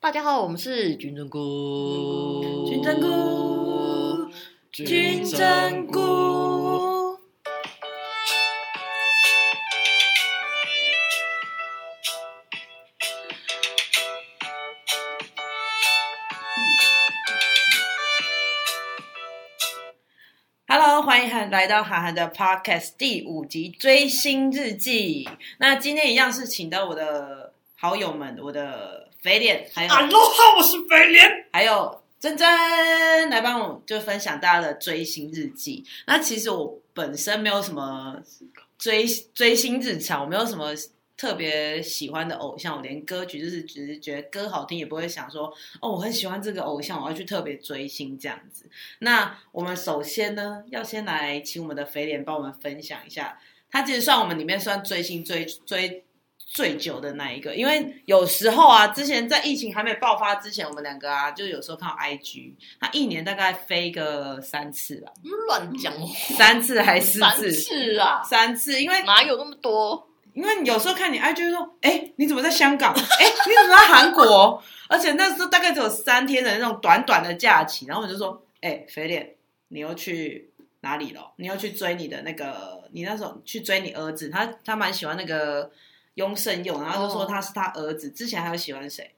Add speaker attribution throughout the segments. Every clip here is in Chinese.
Speaker 1: 大家好，我们是军针菇，
Speaker 2: 军针菇，
Speaker 1: 军针菇。
Speaker 2: Hello，欢迎来到韩寒的 Podcast 第五集《追星日记》。那今天一样是请到我的好友们，我的肥脸，还有、
Speaker 1: 哈，我是肥莲。
Speaker 2: 还有珍珍来帮我就分享大家的追星日记。那其实我本身没有什么追追星日常，我没有什么特别喜欢的偶像，我连歌曲就是只是觉得歌好听，也不会想说哦，我很喜欢这个偶像，我要去特别追星这样子。那我们首先呢，要先来请我们的肥脸帮我们分享一下，他其实算我们里面算追星追追。最久的那一个，因为有时候啊，之前在疫情还没爆发之前，我们两个啊，就有时候看到 IG，他一年大概飞个三次吧，
Speaker 1: 乱讲
Speaker 2: 三次还是
Speaker 1: 三
Speaker 2: 四次？
Speaker 1: 次啊，
Speaker 2: 三次，因为
Speaker 1: 哪有那么多？
Speaker 2: 因为你有时候看你 IG 说，哎、你怎么在香港？哎、你怎么在韩国？而且那时候大概只有三天的那种短短的假期，然后我就说，哎、肥脸，你又去哪里了？你又去追你的那个，你那时候去追你儿子，他他蛮喜欢那个雍胜佑，然后就说他是他儿子。之前还有喜欢谁？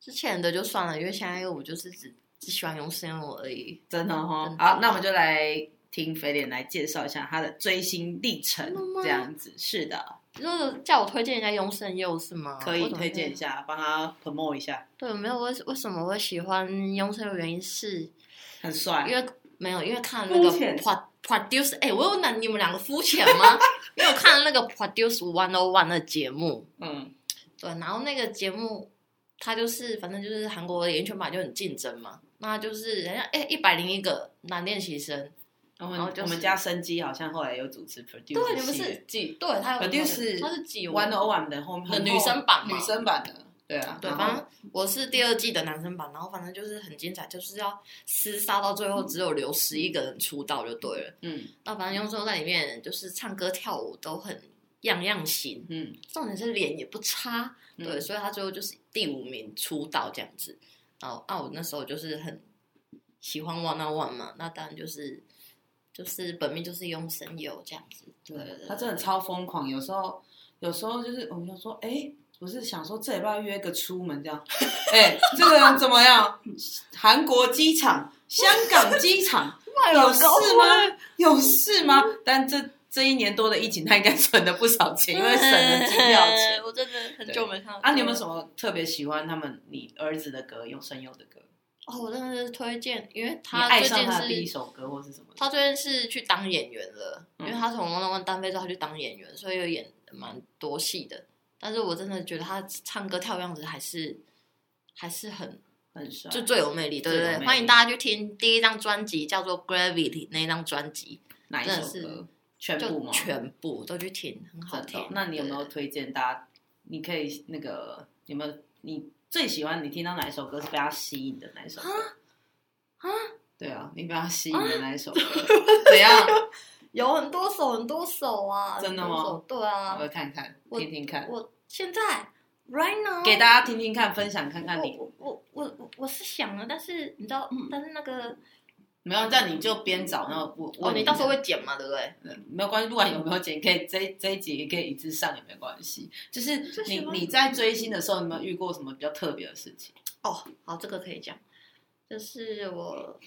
Speaker 1: 之前的就算了，因为现在我就是只只喜欢用生我而已。
Speaker 2: 真的哈
Speaker 1: 真，的
Speaker 2: 好，那我们就来听肥脸来介绍一下他的追星历程
Speaker 1: 的吗，
Speaker 2: 这样子是的，
Speaker 1: 就是叫我推荐一下雍胜佑是吗？
Speaker 2: 可
Speaker 1: 啊我
Speaker 2: 以
Speaker 1: 怎么
Speaker 2: 推荐一下，帮他 promote 一下，
Speaker 1: 对，没有为为什么会喜欢雍胜佑？原因是因
Speaker 2: 很帅。
Speaker 1: 为没有，因为看那个
Speaker 2: 肤浅
Speaker 1: Pro- Produce，哎、我有那你们两个肤浅 吗？因为我看了那个 Produce One O One 的节目，
Speaker 2: 嗯
Speaker 1: 对，然后那个节目它就是反正就是韩国的演艺圈版就很竞争嘛，那就是人家哎一百零一个男练习生，
Speaker 2: 我们、
Speaker 1: 然后就是
Speaker 2: 我们家生机好像后来有主持 produce，
Speaker 1: 对，你们是几？对，他有
Speaker 2: Produce
Speaker 1: 他是几
Speaker 2: One O One 的后
Speaker 1: 的
Speaker 2: 面
Speaker 1: 女生版嘛，
Speaker 2: 女生版的，对啊，
Speaker 1: 对，
Speaker 2: 然
Speaker 1: 反
Speaker 2: 后
Speaker 1: 正我是第二季的男生版，然后反正就是很精彩，就是要厮杀到最后，只有留十一个人出道就对了。
Speaker 2: 嗯
Speaker 1: 那啊反正雍正在里面就是唱歌跳舞都很样样行，
Speaker 2: 嗯
Speaker 1: 重点是脸也不差，
Speaker 2: 嗯
Speaker 1: 对，所以他最后就是第五名出道这样子。然后啊，我那时候就是很喜欢 One on One 嘛，那当然就是就是本命就是用神友这样子，对对对，。
Speaker 2: 嗯他真的超疯狂，有时候有时候就是我们就说，哎、不是想说这礼拜约个出门这样， 哎、这个人怎么样？韩国机场、香港机场有事吗？有事吗？但这这一年多的疫情，他应该存了不少钱，因为省了机票钱
Speaker 1: 我真的很久没看到
Speaker 2: 啊，你有没有
Speaker 1: 么？
Speaker 2: 什么特别喜欢他们你儿子的歌、有声优的歌？
Speaker 1: 哦，我真的是推荐，因为
Speaker 2: 你
Speaker 1: 他
Speaker 2: 爱
Speaker 1: 最
Speaker 2: 上
Speaker 1: 近
Speaker 2: 他的第一
Speaker 1: 是
Speaker 2: 首歌或是什么？
Speaker 1: 他最近是去当演员了，
Speaker 2: 嗯
Speaker 1: 因为他从《汪汪汪》单飞之后，他去当演员，所以有演蛮多戏的。但是我真的觉得他唱歌跳样子还是还是很
Speaker 2: 很帅，
Speaker 1: 就最有魅力，对不
Speaker 2: 啊最
Speaker 1: 对？
Speaker 2: 有魅力
Speaker 1: 欢迎大家去听第一张专辑叫做《Gravity》那一张专辑，
Speaker 2: 哪一
Speaker 1: 真
Speaker 2: 首
Speaker 1: 的是
Speaker 2: 歌？全部
Speaker 1: 就
Speaker 2: 吗？
Speaker 1: 全部都去听，很好
Speaker 2: 真的
Speaker 1: 听
Speaker 2: 哦。那你有没有
Speaker 1: 对？
Speaker 2: 推荐大家？你可以那个有没有你最喜欢你听到哪一首歌是被他吸引的哪一首歌？
Speaker 1: 啊
Speaker 2: 对啊，你被他吸引的哪一首歌？怎样？
Speaker 1: 有很多首，很多首啊！
Speaker 2: 啊真的
Speaker 1: 很多
Speaker 2: 吗
Speaker 1: 首？对啊
Speaker 2: 我，会看看，
Speaker 1: 我
Speaker 2: 听听看，
Speaker 1: 我现在 right now
Speaker 2: 给大家听听看，分享看看你。嗯
Speaker 1: 我我我我我是想了，但是你知道，但是那个
Speaker 2: 没有，这样你就边找，然后我
Speaker 1: 哦，
Speaker 2: 问
Speaker 1: 你到时候会剪嘛，对不对？
Speaker 2: 嗯没有关系，不管有没有剪，可以这一这一集也可以一直上也没关系。就是
Speaker 1: 就喜
Speaker 2: 你
Speaker 1: 欢
Speaker 2: 你在追星的时候，有没有遇过什么比较特别的事情？
Speaker 1: 哦，好，这个可以讲，就是我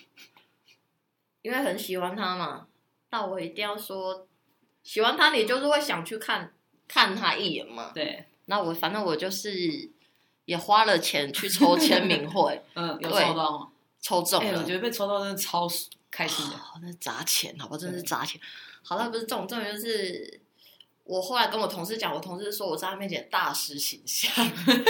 Speaker 1: 因为很喜欢他嘛，那我一定要说，喜欢他，你就是会想去看看他一眼嘛。
Speaker 2: 对，
Speaker 1: 那我反正我就是也花了钱去抽签名会，
Speaker 2: 嗯，有
Speaker 1: 对
Speaker 2: 抽到吗？
Speaker 1: 抽中
Speaker 2: 哎，
Speaker 1: 了，
Speaker 2: 我觉得被抽到真的超开心的。
Speaker 1: 哦，那是砸钱，好吧，真的是砸钱。好，那不是重重点就是，我后来跟我同事讲，我同事说我在他面前大失形象。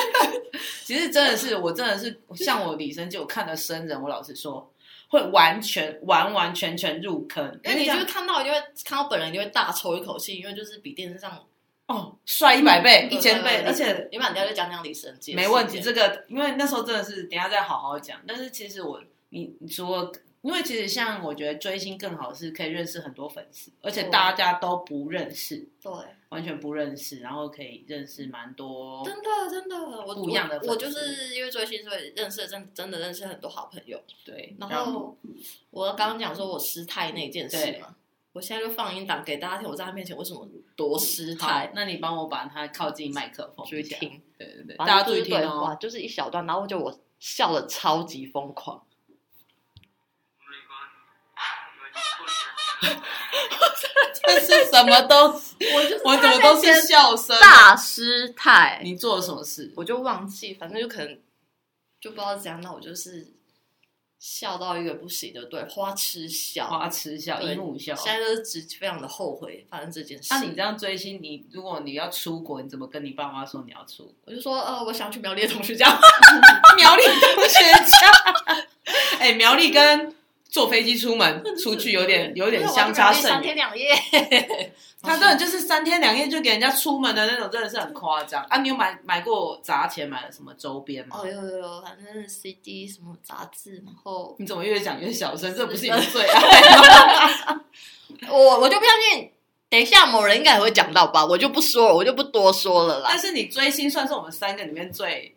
Speaker 2: 其实真的是，我真的是像我李生就有看的生人，我老实说，会完全完完全全入坑，
Speaker 1: 因为你
Speaker 2: 这
Speaker 1: 就
Speaker 2: 样
Speaker 1: 是看到，就会看到本人，就会大抽一口气，因为就是比电视上
Speaker 2: 哦，帅一百倍、
Speaker 1: 嗯
Speaker 2: 一千倍，
Speaker 1: 对
Speaker 2: 而且
Speaker 1: 原本人家就讲讲李圣杰，
Speaker 2: 没问题。这个因为那时候真的是，等一下再好好讲。但是其实我，你你除了因为其实像我觉得追星更好是可以认识很多粉丝，而且大家都不认识，
Speaker 1: 对，
Speaker 2: 完全不认识，然后可以认识蛮多。
Speaker 1: 真的真的，我
Speaker 2: 不一样的
Speaker 1: 我我
Speaker 2: 粉
Speaker 1: 就
Speaker 2: 丝
Speaker 1: 是因为追星，所以认识了真真的认识很多好朋友。
Speaker 2: 对，
Speaker 1: 然后我刚刚讲说我失态那件事
Speaker 2: 对
Speaker 1: 嘛，我现在就放音档给大家听，我在他面前为什么多失
Speaker 2: 好
Speaker 1: 态，，
Speaker 2: 那你帮我把它靠近麦克风
Speaker 1: 注意
Speaker 2: 一下，
Speaker 1: 听，
Speaker 2: 对对对，
Speaker 1: 反正
Speaker 2: 大家注意
Speaker 1: 就是
Speaker 2: 听
Speaker 1: 对
Speaker 2: 哦
Speaker 1: 话，。就是一小段，然后就我笑的超级疯狂，
Speaker 2: 这是什么 都，
Speaker 1: 我就是
Speaker 2: 我怎么都是笑声？
Speaker 1: 大失态，
Speaker 2: 你做了什么事？
Speaker 1: 我就忘记，反正就可能就不知道怎样，那我就是笑到一个不行的，对，花痴笑，
Speaker 2: 花痴笑，
Speaker 1: 对
Speaker 2: 鹦鹉笑。
Speaker 1: 现在就是只非常的后悔发生这件事。
Speaker 2: 那、你这样追星，你如果你要出国，你怎么跟你爸妈说你要出国？
Speaker 1: 我就说呃，我想去苗栗的同学家，
Speaker 2: 苗栗同学家， 哎、苗栗跟坐飞机出门 出去有 点有点相差
Speaker 1: 因为我要去苗栗
Speaker 2: 甚
Speaker 1: 三天。两
Speaker 2: 远
Speaker 1: 夜。
Speaker 2: 他真的就是三天两夜就给人家出门的那种，真的是很夸张啊！你有买买过砸钱买了什么周边吗？
Speaker 1: 哦，有有有，反正 CD 什么杂志，然后
Speaker 2: 你怎么越讲越小声？这不是你的最 爱吗？
Speaker 1: 我我就不相信。等一下，某人应该也会讲到吧，我就不说了，我就不多说了啦
Speaker 2: 但。是你追星算是我们三个里面最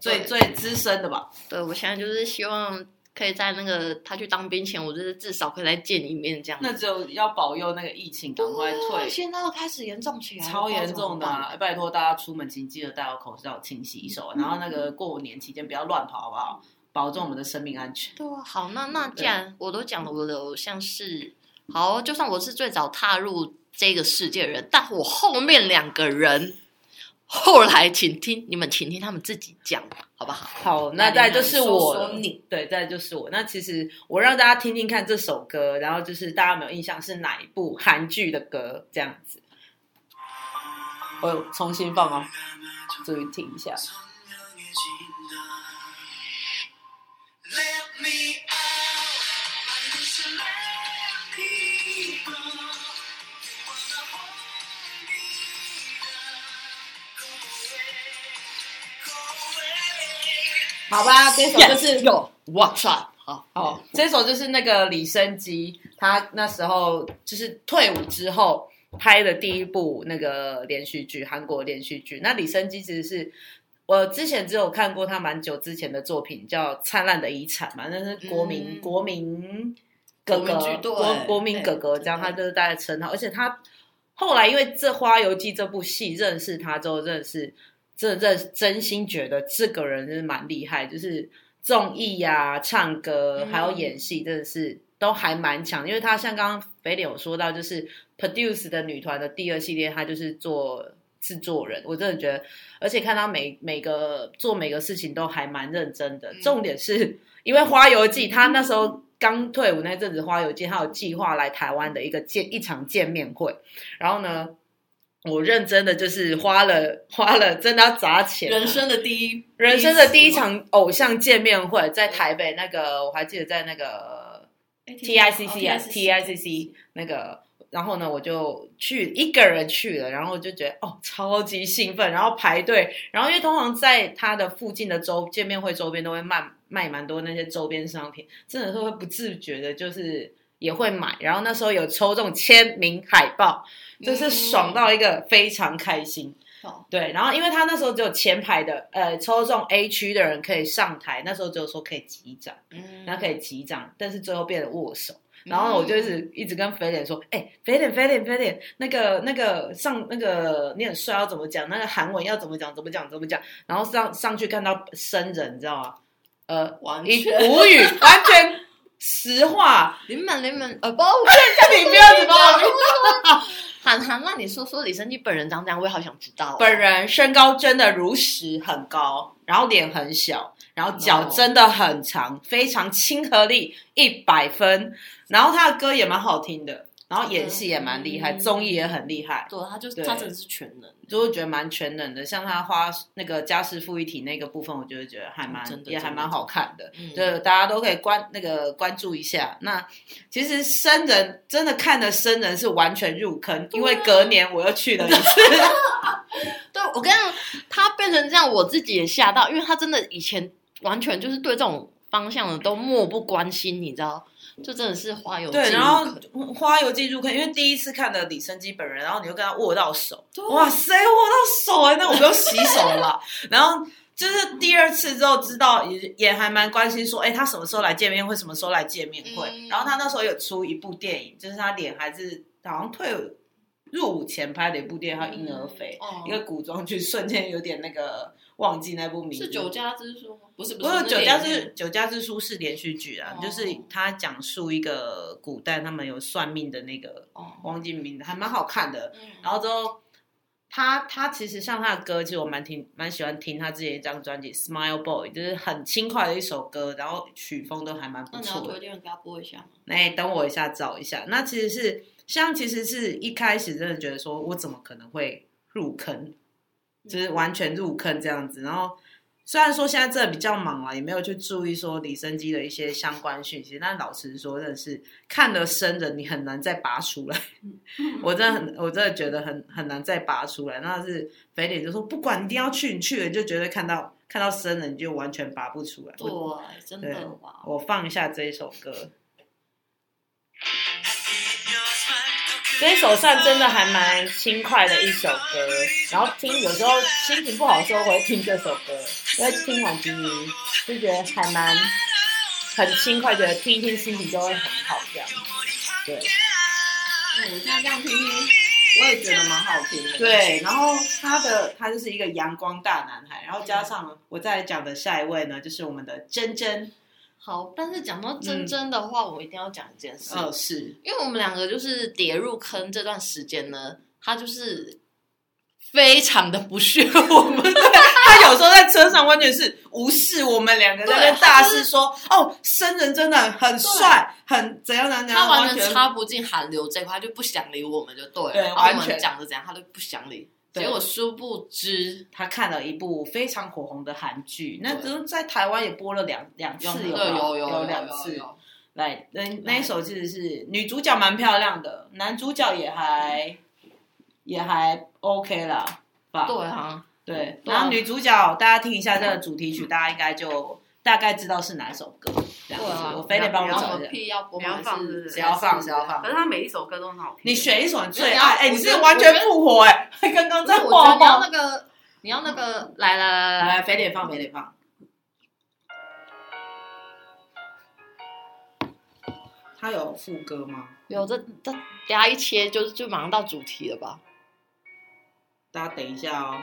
Speaker 2: 最
Speaker 1: 对
Speaker 2: 最资深的吧？
Speaker 1: 对，我现在就是希望可以在那个他去当兵前，我就是至少可以再见一面这样。
Speaker 2: 那只有要保佑那个疫情赶快
Speaker 1: 对
Speaker 2: 退，
Speaker 1: 现在又开始严重起来了，
Speaker 2: 超严
Speaker 1: 不
Speaker 2: 重的、
Speaker 1: 知道怎么办
Speaker 2: 啊！拜托大家出门请记得戴好口罩，勤洗手，啊然后那个过年期间不要乱跑，好不好？保证我们的生命安全。
Speaker 1: 对啊，好，那那既
Speaker 2: 对
Speaker 1: 然我都讲了，我的偶像是好，就算我是最早踏入这个世界的人，但我后面两个人，后来请听你们，请听他们自己讲，好不好？
Speaker 2: 好，
Speaker 1: 那
Speaker 2: 再
Speaker 1: 你
Speaker 2: 就是
Speaker 1: 说
Speaker 2: 我
Speaker 1: 说
Speaker 2: 了
Speaker 1: 你
Speaker 2: 对，再就是我。那其实我让大家听听看这首歌，然后就是大家有没有印象是哪一部韩剧的歌这样子？我有重新放哦，注意听一下。
Speaker 3: Let me out. I'm just a let people. You wanna hold me down. Go away. Go away.
Speaker 2: 好吧，这首就是
Speaker 1: Yes，有，我操，好，
Speaker 2: 哦，这首就是那个李生基，他那时候就是退伍之后拍的第一部那个连续剧，韩国连续剧。那李生基其实是我之前只有看过他蛮久之前的作品，叫《灿烂的遗产》嘛，那是国民、
Speaker 1: 嗯
Speaker 2: 国民哥
Speaker 1: 国
Speaker 2: 哥
Speaker 1: 民剧对
Speaker 2: 国国民哥哥，
Speaker 1: 对
Speaker 2: 这样
Speaker 1: 对
Speaker 2: 他就是大家称号。而且他后来因为这《花游记》这部戏认识他之后，真的是真的真真心觉得这个人真是蛮厉害，就是综艺呀、唱歌
Speaker 1: 嗯
Speaker 2: 还有演戏，真的是都还蛮强。因为他像刚刚北脸有说到，就是 Produce E 的女团的第二系列，他就是做制作人，我真的觉得，而且看他每每个做每个事情都还蛮认真的。
Speaker 1: 嗯
Speaker 2: 重点是因为《花游记》，他那时候刚退伍那阵子，《花游记》他有计划来台湾的一个见一场见面会，然后呢。我认真的就是花了花了，真的要砸钱啊、
Speaker 1: 人生的第一，
Speaker 2: 人生的第一场偶像见面会在台北那个，我还记得在那个 TICC 啊 TICC 那个，然后呢我就去一个人去了，然后就觉得哦超级兴奋，然后排队，然后因为通常在他的附近的周见面会周边都会卖卖蛮多那些周边商品，真的是会不自觉的，就是也会买，然后那时候有抽中签名海报，真是爽到一个非常开心。
Speaker 1: 好
Speaker 2: 对，然后因为他那时候只有前排的，呃，抽中 A 区的人可以上台，那时候只有说可以击掌，
Speaker 1: 嗯
Speaker 2: 然后可以击掌，但是最后变得握手。然后我就一
Speaker 1: 嗯
Speaker 2: 直一直跟肥脸说，哎、肥脸肥脸肥脸，那个那个上那个你很帅要怎么讲？那个韩文要怎么讲？怎么讲？怎么讲？然后上上去看到生人，你知道吗？呃，
Speaker 1: 嗯完
Speaker 2: 一
Speaker 1: 全，
Speaker 2: 无 语，完全实话。
Speaker 1: 你们你们呃不，我
Speaker 2: 你哎不要怎么，
Speaker 1: 韩寒，那你说说李生基本人长怎样，我也好想知道哦。
Speaker 2: 本人身高真的如实很高，然后脸很小，然后
Speaker 1: 哦
Speaker 2: 脚真的很长，非常亲和力一百分。然后他的歌也蛮好听的，然后演戏也蛮厉害，
Speaker 1: 嗯
Speaker 2: 综艺也很厉害，
Speaker 1: 对，他就是
Speaker 2: 对
Speaker 1: 他真的是全能，
Speaker 2: 就会觉得蛮全能的。像他花那个家事父一体那个部分，我就会觉得还蛮、
Speaker 1: 嗯真的
Speaker 2: 也还蛮好看的。
Speaker 1: 嗯，
Speaker 2: 对，大家都可以关那个关注一下。那其实生人真的看的生人是完全入坑，
Speaker 1: 啊
Speaker 2: 因为隔年我又去了一次。
Speaker 1: 对，我跟你讲，他变成这样，我自己也吓到，因为他真的以前完全就是对这种方向的都漠不关心，你知道？就真的是花有
Speaker 2: 对，
Speaker 1: 尽
Speaker 2: 然后
Speaker 1: 无可
Speaker 2: 《花游记》入坑，因为第一次看的李生基本人，然后你就跟他握到手，
Speaker 1: 对
Speaker 2: 哇塞，握到手哎、那我不用洗手了 吧？然后就是第二次之后知道也也还蛮关心说，哎、他什么时候来见面会，什么时候来见面会？
Speaker 1: 嗯
Speaker 2: 然后他那时候有出一部电影，就是他脸还是好像退入伍前拍的一部电影，叫《婴儿肥》，
Speaker 1: 哦
Speaker 2: 一个古装剧，瞬间有点那个忘记那部名字，
Speaker 1: 是酒家之书吗？不是，
Speaker 2: 不
Speaker 1: 是
Speaker 2: 是
Speaker 1: 那
Speaker 2: 酒
Speaker 1: 个
Speaker 2: 家
Speaker 1: 也
Speaker 2: 之酒家之书是连续剧啊，
Speaker 1: 哦
Speaker 2: 就是他讲述一个古代他们有算命的那个
Speaker 1: 哦，
Speaker 2: 王金明，还蛮好看的。
Speaker 1: 嗯
Speaker 2: 然后之后他他其实像他的歌，其实我蛮听蛮喜欢听他之前一张专辑《Smile Boy》，就是很轻快的一首歌，然后曲风都还蛮不
Speaker 1: 那你要
Speaker 2: 错的
Speaker 1: 推。荐给他播一下吗？
Speaker 2: 哎、等我一下，找一下。那其实是像其实是一开始真的觉得说我怎么可能会入坑，就是完全入坑这样子。然后虽然说现在真的比较忙啊，也没有去注意说李生基的一些相关讯息，但老实说，真的是看了生人，你很难再拔出来。 我真的很，我真的觉得很很难再拔出来。那是肥脸就说，不管一定要去，你去了你就觉得看到看到生人，你就完全拔不出来。我
Speaker 1: 对，真的哇，
Speaker 2: 我放一下这一首歌，这
Speaker 3: 这
Speaker 2: 一
Speaker 3: 一首
Speaker 2: 首
Speaker 3: 算
Speaker 2: 算
Speaker 3: 真
Speaker 2: 真
Speaker 3: 的
Speaker 2: 的
Speaker 3: 还
Speaker 2: 还
Speaker 3: 蛮
Speaker 2: 蛮轻快的一首歌，然后听有时候心情不好的时候我会听这首歌，因为听完其实就觉得还蛮很轻快，觉得听一听心情就会很好这样。对
Speaker 1: 嗯我现在这样听听， 我也觉得蛮好听的。，
Speaker 2: 对，然后他的他就是一个阳光大男孩，然后加上我再来讲的下一位呢，就是我们的珍珍
Speaker 1: 好，但是讲到
Speaker 2: 嗯
Speaker 1: 真真的话，我一定要讲一件事，
Speaker 2: 二世，
Speaker 1: 因为我们两个就是跌入坑这段时间呢，他就是非常的不屑我们。
Speaker 2: 他有时候在车上完全是无视我们两个在那边
Speaker 1: 对
Speaker 2: 大肆说，哦，生人真的很帅，很怎样怎样怎样，
Speaker 1: 他完全插不进韩流这一块，就不想理我们就对了。
Speaker 2: 对
Speaker 1: 然后
Speaker 2: 完
Speaker 1: 我
Speaker 2: 全
Speaker 1: 们讲的怎样，他都不想理。
Speaker 2: 对
Speaker 1: 结果殊不知，
Speaker 2: 他看了一部非常火红的韩剧，那
Speaker 1: 对
Speaker 2: 只是在台湾也播了两两次
Speaker 1: 对
Speaker 2: 有吧
Speaker 1: 有
Speaker 2: 有
Speaker 1: 有
Speaker 2: 两
Speaker 1: 有
Speaker 2: 次。
Speaker 1: 有
Speaker 2: 来，那那一首其实是女主角蛮漂亮的，男主角也还也还 OK 啦，吧？
Speaker 1: 对啊，
Speaker 2: 对。
Speaker 1: 对啊嗯
Speaker 2: 然后女主角，大家听一下这个主题曲，大家应该就大概知道是哪首歌。这样
Speaker 1: 对啊
Speaker 2: 子，我非得帮我
Speaker 1: 然后
Speaker 2: 找
Speaker 1: 我
Speaker 2: 一
Speaker 1: 们
Speaker 2: 下。
Speaker 1: 屁要播
Speaker 3: 不要
Speaker 1: 吗？
Speaker 3: 放
Speaker 1: 还
Speaker 3: 是
Speaker 1: 是
Speaker 3: 不是
Speaker 2: 只要放只要放
Speaker 3: 可是他每一首歌都很好听。
Speaker 2: 你选一首你最
Speaker 1: 没有你要
Speaker 2: 爱，哎，你
Speaker 1: 我觉
Speaker 2: 是
Speaker 1: 得
Speaker 2: 完全不火哎， 刚刚
Speaker 1: 不是
Speaker 2: 在
Speaker 1: 我觉得
Speaker 2: 晃
Speaker 1: 你要
Speaker 2: 晃
Speaker 1: 那。个，你要那个，来来来来来，
Speaker 2: 来，肥脸放，肥脸放。他有副歌吗？
Speaker 1: 有这这等一下一切就就马上到主题了吧？
Speaker 2: 大家等一下哦。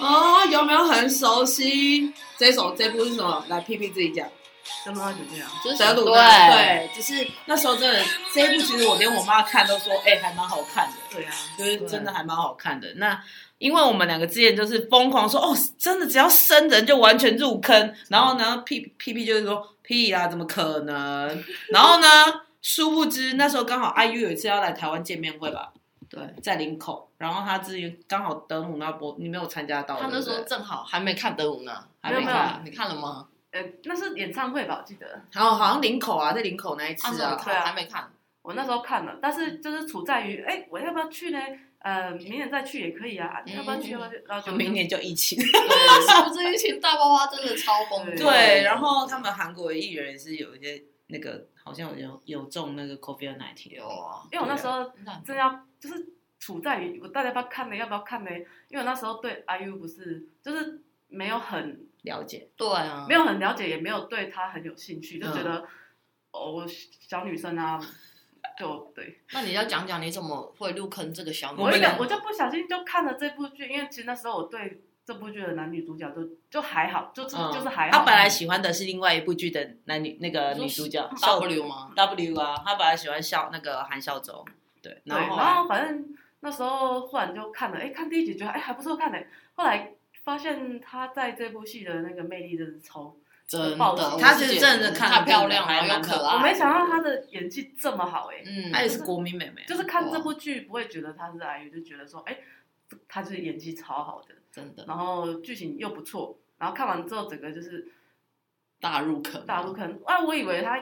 Speaker 2: 哦，有没有很熟悉？这首这部是什么？来，P P 自己讲。
Speaker 3: 什么酒店啊？
Speaker 1: 就是
Speaker 2: 德鲁
Speaker 1: 对
Speaker 2: 纳，对，就是那时候真的这一部，其实我连我妈看都说，哎、还蛮好看的。
Speaker 3: 对啊，
Speaker 2: 就是真的还蛮好看的。那因为我们两个之前就是疯狂说，哦，真的只要生人就完全入坑。然后呢，P P P 就是说屁啦，怎么可能？然后呢，殊不知那时候刚好 IU 有一次要来台湾见面会吧，
Speaker 1: 对，
Speaker 2: 在林口。然后他之前刚好德姆那波，你没有参加到，
Speaker 1: 他那时
Speaker 2: 对
Speaker 1: 候
Speaker 2: 不对
Speaker 1: 正好还没看德舞呢，
Speaker 2: 还
Speaker 3: 没
Speaker 1: 没
Speaker 3: 看
Speaker 1: 看，你看了吗？
Speaker 3: 呃，那是演唱会吧？我记得
Speaker 2: 然后好像林口啊，在林口那一次
Speaker 1: 是啊，
Speaker 2: 啊，
Speaker 3: 对啊
Speaker 1: 还没看，
Speaker 3: 我那时候看了，但是就是处在于，哎，我要不要去呢？呃，明年再去也可以啊，
Speaker 1: 嗯
Speaker 3: 要不要去？要不要去？然后就
Speaker 2: 明年就疫情。
Speaker 1: 是不是疫情大爆发真的超崩溃？
Speaker 2: 对，然后他们韩国的艺人也是有一些那个，好像有有中那个 COVID 1 9
Speaker 1: 有啊，
Speaker 3: 因为我那时候
Speaker 1: 那
Speaker 3: 真的要就是处在于我到底要不要看呢？要不要看呢？因为我那时候对 IU 不是就是没有很
Speaker 2: 了解。
Speaker 1: 对啊，
Speaker 3: 没有很了解，也没有对他很有兴趣，就
Speaker 2: 嗯
Speaker 3: 觉得、哦，我小女生啊，就对。
Speaker 1: 那你要讲讲你怎么会入坑这个小女
Speaker 2: 我
Speaker 3: 我
Speaker 2: 们
Speaker 3: 一
Speaker 1: 生？
Speaker 2: 俩
Speaker 3: 个我就不小心就看了这部剧，因为其实那时候我对这部剧的男女主角就就还好，就是、
Speaker 2: 嗯
Speaker 3: 就是还好。
Speaker 2: 他本来喜欢的是另外一部剧的男女那个女主角孝
Speaker 1: W 吗？
Speaker 2: W 啊，他本来喜欢孝那个韩孝周，对，
Speaker 3: 对，
Speaker 2: 然后后
Speaker 3: 然
Speaker 2: 来
Speaker 1: 哦
Speaker 3: 后反正那时候忽然就看了，哎，看第一集觉得哎还不错看嘞，后来发现他在这部戏的那个魅力真是超，
Speaker 1: 真
Speaker 3: 爆
Speaker 1: 的，
Speaker 2: 他
Speaker 1: 我
Speaker 2: 是
Speaker 1: 觉得
Speaker 2: 真的看得
Speaker 1: 太漂亮了，
Speaker 2: 还
Speaker 1: 又
Speaker 2: 蛮
Speaker 1: 可
Speaker 3: 我
Speaker 1: 爱。
Speaker 3: 没想到他的演技这么好哎，
Speaker 1: 嗯，
Speaker 2: 她也是国民妹妹啊，
Speaker 3: 就是看这部剧不会觉得他是 IU，就觉得说哎，他就是演技超好的，
Speaker 1: 真的
Speaker 3: 然后剧情又不错，然后看完之后整个就是
Speaker 1: 大入坑，
Speaker 3: 啊大入坑。啊，我以为他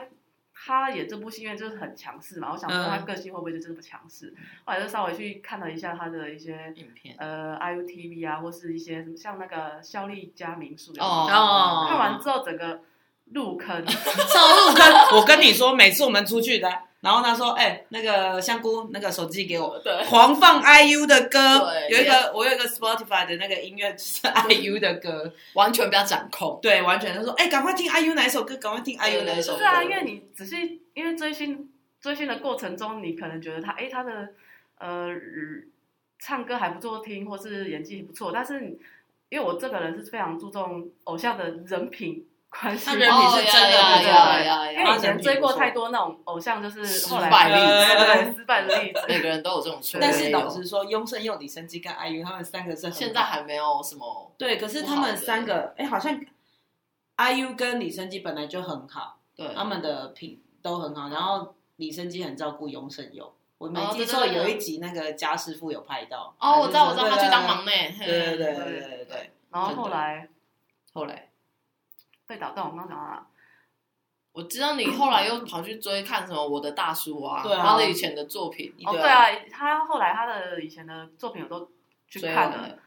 Speaker 3: 他演这部戏因为就是很强势嘛，我想说
Speaker 2: 嗯
Speaker 3: 他个性会不会就这么强势？后来就稍微去看了一下他的一些
Speaker 1: 影片
Speaker 3: 呃 IUTV 啊，或是一些什么像那个肖丽家民宿有没有
Speaker 1: 哦
Speaker 2: 哦
Speaker 3: 看完之后整个入坑，
Speaker 2: 超入坑！我跟 你说，每次我们出去的，然后他说：“哎、那个香菇，那个手机给我。”
Speaker 1: 对
Speaker 2: 狂放 IU 的歌，
Speaker 1: 对
Speaker 2: 有一个我有一个 Spotify 的那个音乐就是 IU 的歌，
Speaker 1: 完全不要掌控。
Speaker 2: 对，完全他说，哎、赶快听 IU 哪一首歌，赶快听 IU 哪一首
Speaker 3: 是
Speaker 2: 歌，
Speaker 3: 啊，因为你只是因为追星追星的过程中，你可能觉得他哎他的呃唱歌还不错听，或是演技不错，但是你因为我这个人是非常注重偶像的人品关系
Speaker 2: 他
Speaker 3: 的，
Speaker 2: 人品
Speaker 1: 哦
Speaker 2: 是真的
Speaker 1: 呀
Speaker 3: 对
Speaker 1: 呀
Speaker 3: 对
Speaker 1: 呀呀
Speaker 3: 因为以前追过太多那种偶像，就是后
Speaker 1: 失
Speaker 3: 来
Speaker 1: 败例
Speaker 2: 子
Speaker 3: 对失败的例
Speaker 1: 每
Speaker 3: 子。
Speaker 1: 个人都有这种错觉。哎
Speaker 2: 但是老实说，雍正、佑里生基跟 IU 他们三个是很
Speaker 1: 现在还没有什么
Speaker 2: 对，可是他们三个，哎、好像 IU 跟李生基本来就很好，
Speaker 1: 对
Speaker 2: 他们的品都很好，然后李生基很照顾雍胜佑。我没
Speaker 1: 哦
Speaker 2: 记
Speaker 1: 对
Speaker 2: 错，
Speaker 1: 对对
Speaker 2: 有一集那个家师傅有拍到。
Speaker 1: 哦，我知道，我知道，
Speaker 2: 对
Speaker 1: 他去当。忙内。
Speaker 2: 对对对
Speaker 1: 嘿
Speaker 2: 对对对对。
Speaker 3: 然后后来
Speaker 1: 后来
Speaker 3: 被打断，我刚刚讲到哪？
Speaker 1: 我知道你后来又跑去追看什么《我的大叔》啊，
Speaker 2: 对啊
Speaker 1: 他的以前的作品，
Speaker 3: 哦，对，啊，他后来他的以前的作品我都去
Speaker 1: 追
Speaker 3: 看
Speaker 1: 完
Speaker 3: 了，
Speaker 1: 了，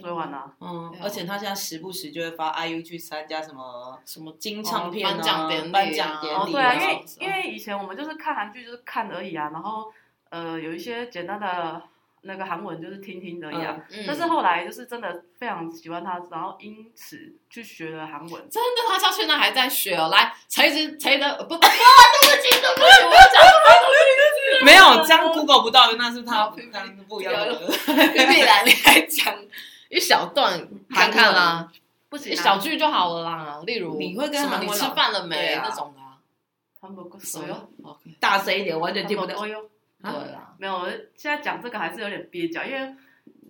Speaker 3: 追完了。
Speaker 2: 嗯
Speaker 1: 对，啊
Speaker 2: 而且他现在时不时就会发 IU 去参加什么
Speaker 1: 什么
Speaker 2: 金唱片
Speaker 1: 哦颁奖典礼
Speaker 2: 啊、
Speaker 1: 啊
Speaker 2: 颁奖典
Speaker 1: 哦
Speaker 3: 哦，
Speaker 2: 礼
Speaker 3: 对啊，
Speaker 1: 然后
Speaker 3: 因为
Speaker 1: 什么
Speaker 3: 因为以前我们就是看韩剧就是看而已啊，然后呃有一些简单的那个韩文就是听听而已啊。
Speaker 1: 嗯，
Speaker 3: 但是后来就是真的非常喜欢他，然后因此去学了韩文。
Speaker 1: 真的，他到现在还在学哦。来，锤子，锤的不，不，对不起，对不起，我讲
Speaker 2: 没有这样 Google 不到，那是他
Speaker 1: 好呸呸
Speaker 2: 那是不一样的。
Speaker 1: 啊必必然你还讲一小段看看啦，
Speaker 3: 不行、
Speaker 1: 一
Speaker 3: 啊，
Speaker 1: 小句就好了啦。例如，
Speaker 2: 你会跟
Speaker 1: 什么
Speaker 2: 韩
Speaker 1: 你
Speaker 2: 国
Speaker 1: 吃
Speaker 2: 佬
Speaker 1: 饭了
Speaker 2: 对
Speaker 1: 没
Speaker 2: 啊
Speaker 1: 那种的啊，
Speaker 3: 韩国歌
Speaker 1: 什
Speaker 3: 手哟，
Speaker 1: 么？OK，
Speaker 2: 大声一点，完全听不
Speaker 3: 韩
Speaker 2: 到。
Speaker 3: 国歌哟。
Speaker 1: 哦对
Speaker 2: 啊
Speaker 1: 啦，
Speaker 3: 哎没有，我现在讲这个还是有点蹩脚，因为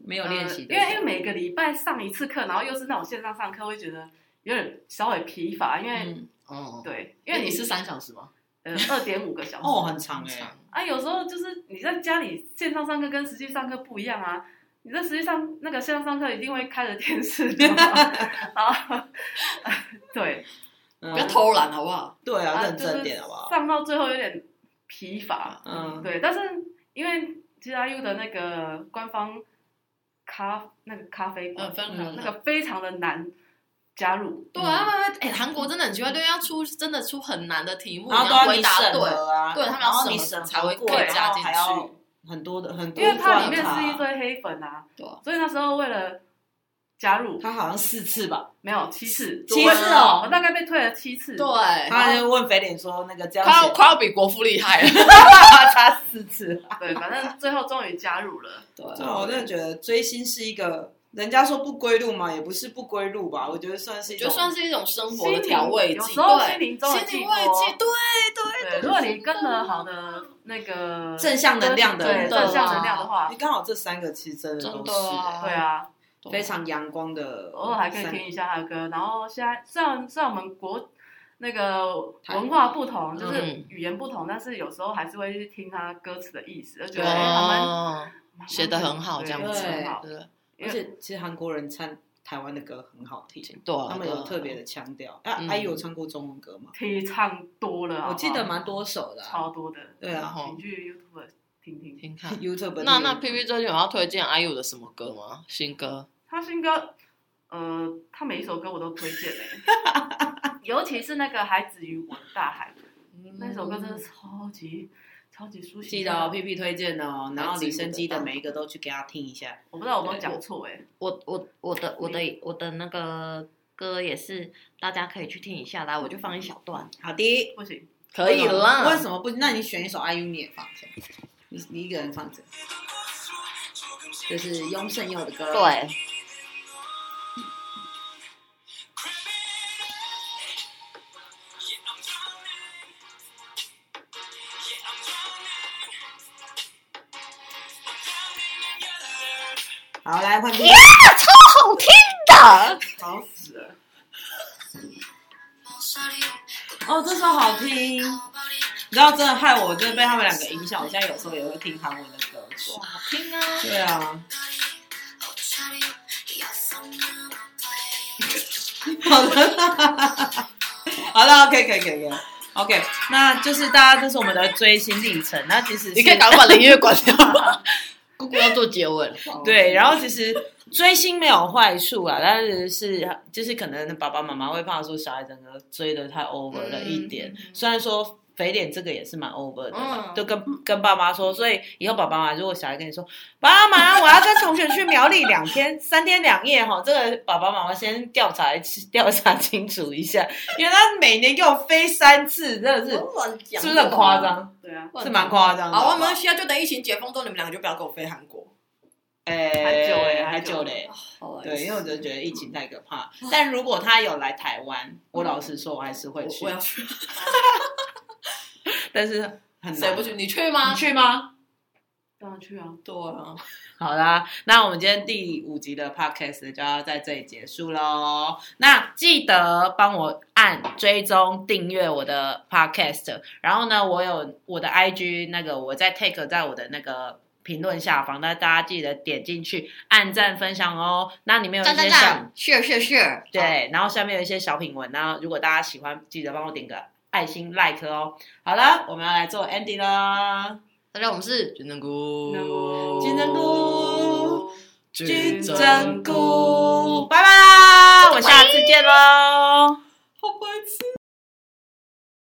Speaker 2: 没有练习的
Speaker 3: 呃，因为因为每个礼拜上一次课，然后又是那种线上上课，会觉得有点稍微疲乏，因为、
Speaker 2: 嗯
Speaker 1: 嗯，
Speaker 3: 对，因
Speaker 1: 因为
Speaker 3: 为
Speaker 1: 你
Speaker 3: 你
Speaker 1: 是三小时吗？
Speaker 3: 呃二点五个小时
Speaker 2: 哦，很长哎。
Speaker 3: 啊，有时候就是你在家里线上上课跟实际上课不一样啊。你在实际上那个线上上课一定会开着电视的 嘛，然后对，
Speaker 2: 嗯
Speaker 1: 不要偷懒好不好？
Speaker 2: 对啊，
Speaker 3: 啊
Speaker 2: 认
Speaker 3: 就是
Speaker 2: 真点好不好？
Speaker 3: 上到最后有点疲乏，
Speaker 2: 嗯，
Speaker 3: 对。但是因为 G I U 的那个官方咖那个咖啡
Speaker 1: 呃，
Speaker 3: 馆、
Speaker 1: 分
Speaker 2: 嗯
Speaker 1: 那
Speaker 3: 那
Speaker 1: 个。
Speaker 3: 个非常的难加入，
Speaker 1: 对啊，他们哎，韩国真的很奇怪，对，要出真的出很难的题目，
Speaker 2: 然后
Speaker 1: 你
Speaker 2: 都要
Speaker 1: 回
Speaker 2: 你
Speaker 1: 答
Speaker 2: 审
Speaker 1: 对，
Speaker 2: 核啊，
Speaker 1: 对他们要
Speaker 2: 然后你
Speaker 1: 审核
Speaker 2: 审核
Speaker 1: 才会
Speaker 2: 过
Speaker 1: 可以
Speaker 2: 然后
Speaker 1: 加进
Speaker 2: 还
Speaker 1: 去
Speaker 2: 要很多的很多关
Speaker 3: 因为
Speaker 2: 卡，
Speaker 3: 它里面是一堆黑粉啊，
Speaker 1: 对啊
Speaker 3: 所以那时候为了加入，
Speaker 2: 他好像四次吧，
Speaker 3: 没有七次，
Speaker 2: 七
Speaker 1: 次
Speaker 2: 哦
Speaker 3: 我大概被退了七次，
Speaker 1: 对，
Speaker 2: 他就问肥脸说那个这样
Speaker 1: 快要
Speaker 2: 写，
Speaker 1: 快要比国父厉害了。
Speaker 2: 他四次。
Speaker 3: 对，反正最后终于加入了。
Speaker 1: 对
Speaker 2: 对，啊我真的觉得追星是一个，人家说不归路嘛，也不是不归路吧，我觉得算是一
Speaker 1: 就
Speaker 2: 种，
Speaker 1: 算是一种生活
Speaker 3: 心
Speaker 1: 的
Speaker 3: 灵
Speaker 1: 调味剂，
Speaker 3: 有时候
Speaker 1: 对
Speaker 3: 心灵中的
Speaker 1: 心
Speaker 3: 寄
Speaker 1: 灵
Speaker 3: 托
Speaker 1: 慰藉，对
Speaker 3: 对，如果你跟了好的那个
Speaker 2: 正向能量的
Speaker 3: 对
Speaker 2: 人
Speaker 3: 正向
Speaker 1: 对啊
Speaker 3: 能量的话
Speaker 2: 你，刚好这三个其实真的
Speaker 1: 真
Speaker 2: 都
Speaker 1: 的
Speaker 2: 是
Speaker 1: 啊
Speaker 3: 对啊，
Speaker 2: 非常阳光的，
Speaker 3: 偶尔还可以听一下他的歌。然后现在虽然虽然我们国那个文化不同，就是语言不同，但是有时候还是会去听他歌词的意思，就觉
Speaker 1: 对
Speaker 3: 得哎还蛮
Speaker 1: 啊，
Speaker 3: 蛮
Speaker 1: 写的很好，
Speaker 3: 对
Speaker 1: 这样子，
Speaker 3: 写得很好。
Speaker 1: 对
Speaker 2: 三个，而且其实韩国人唱台湾的歌很好听，
Speaker 1: 对啊，
Speaker 2: 他们有特别的腔调。啊，
Speaker 1: 嗯
Speaker 2: 阿姨有唱过中文歌吗？
Speaker 3: 可以唱多了，好不好
Speaker 2: 我记得蛮多首的啊，
Speaker 3: 超多的，
Speaker 2: 对啊
Speaker 1: 吼
Speaker 3: 请去 YouTube 听听。
Speaker 1: 听看。
Speaker 2: YouTube
Speaker 1: 那
Speaker 2: 里面
Speaker 1: 那 P P 最近有要推荐 IU 的什么歌吗？新歌？
Speaker 3: 他新歌，呃，他每一首歌我都推荐嘞、尤其是那个《孩子与我的大海》那首歌真的超级超级舒
Speaker 2: 记
Speaker 3: 心
Speaker 2: 得
Speaker 3: 的。
Speaker 2: 嗯哦，P P 推荐的哦，然后李生基的每一个都去给他听一下。
Speaker 3: 我不知道我有没有讲错哎、
Speaker 1: 我我我的我的我的那个歌也是，大家可以去听一下，来我就放一小段，
Speaker 2: 好的，
Speaker 3: 不行，
Speaker 1: 可以啦。
Speaker 2: 为什么不？那你选一首 IU 你也放着，你你一个人放着，就是雍胜佑的歌。，
Speaker 1: 对，
Speaker 2: 好来换 P，
Speaker 1: 好听的。
Speaker 3: 好死了。
Speaker 2: 哦，这首好听。你知道，真的害我，真的被他们两个影响。我现在有时候也会听韩文的歌曲。
Speaker 1: 好听啊！
Speaker 2: 对啊，好了，好了，可以可以可以可以。 OK，那就是大家，这是我们的追星历程。那其实是
Speaker 4: 你可以赶快把音乐关掉吗？
Speaker 1: 姑姑要做结尾 了，
Speaker 2: 对，然后其实追星没有坏处啊，但是是就是可能爸爸妈妈会怕说小孩整个追的太 over 了一点。
Speaker 1: 嗯
Speaker 2: 虽然说肥脸这个也是蛮 over 的嘛，
Speaker 1: 嗯
Speaker 2: 就跟跟爸妈说，所以以后爸爸妈妈如果小孩跟你说，爸爸妈妈我要跟同学去苗栗两天三天两夜哈，这个爸爸妈妈先调查一次调查清楚一下，因为他每年给我飞三次，真的是
Speaker 1: 我乱哦讲，哦
Speaker 2: 是不是很夸？张？
Speaker 3: 对啊，
Speaker 2: 是蛮夸张的。
Speaker 1: 好，我们现在就等疫情解封之后，你们两个就不要跟我飞韩国。
Speaker 2: 哎，
Speaker 3: 还久欸
Speaker 2: 还
Speaker 3: 还
Speaker 2: 久
Speaker 3: 久
Speaker 2: 嘞。
Speaker 1: 好
Speaker 2: 对，因为我真的觉得疫情太可怕。但如果他有来台湾，我老实说，我还是会
Speaker 1: 嗯
Speaker 2: 去
Speaker 1: 我。要去，
Speaker 2: 但是很难
Speaker 1: 谁不去？？你去
Speaker 2: 你
Speaker 1: 吗？
Speaker 2: 去吗？
Speaker 3: 当然去啊，
Speaker 1: 对啊，
Speaker 2: 好啦，那我们今天第五集的 podcast 就要在这里结束喽。那记得帮我按追踪订阅我的 podcast，然后呢，我有我的 IG 那个，我在 take 在我的那个。评论下方，那大家记得点进去按赞分享哦。那里面有一
Speaker 1: 赞
Speaker 2: 些
Speaker 1: 赞
Speaker 2: 想
Speaker 1: 赞，是是是，好，
Speaker 2: 对，然后下面有一些小品文，然后如果大家喜欢，记得帮我点个爱心 like 哦。好了，我们要来做 ending 啦，
Speaker 1: 大家我们是金针
Speaker 2: 哦
Speaker 1: 菇
Speaker 3: 金针菇
Speaker 2: 金针菇，
Speaker 3: 金针菇
Speaker 2: 菇，拜拜啦，我下次见喽。
Speaker 1: 好白痴。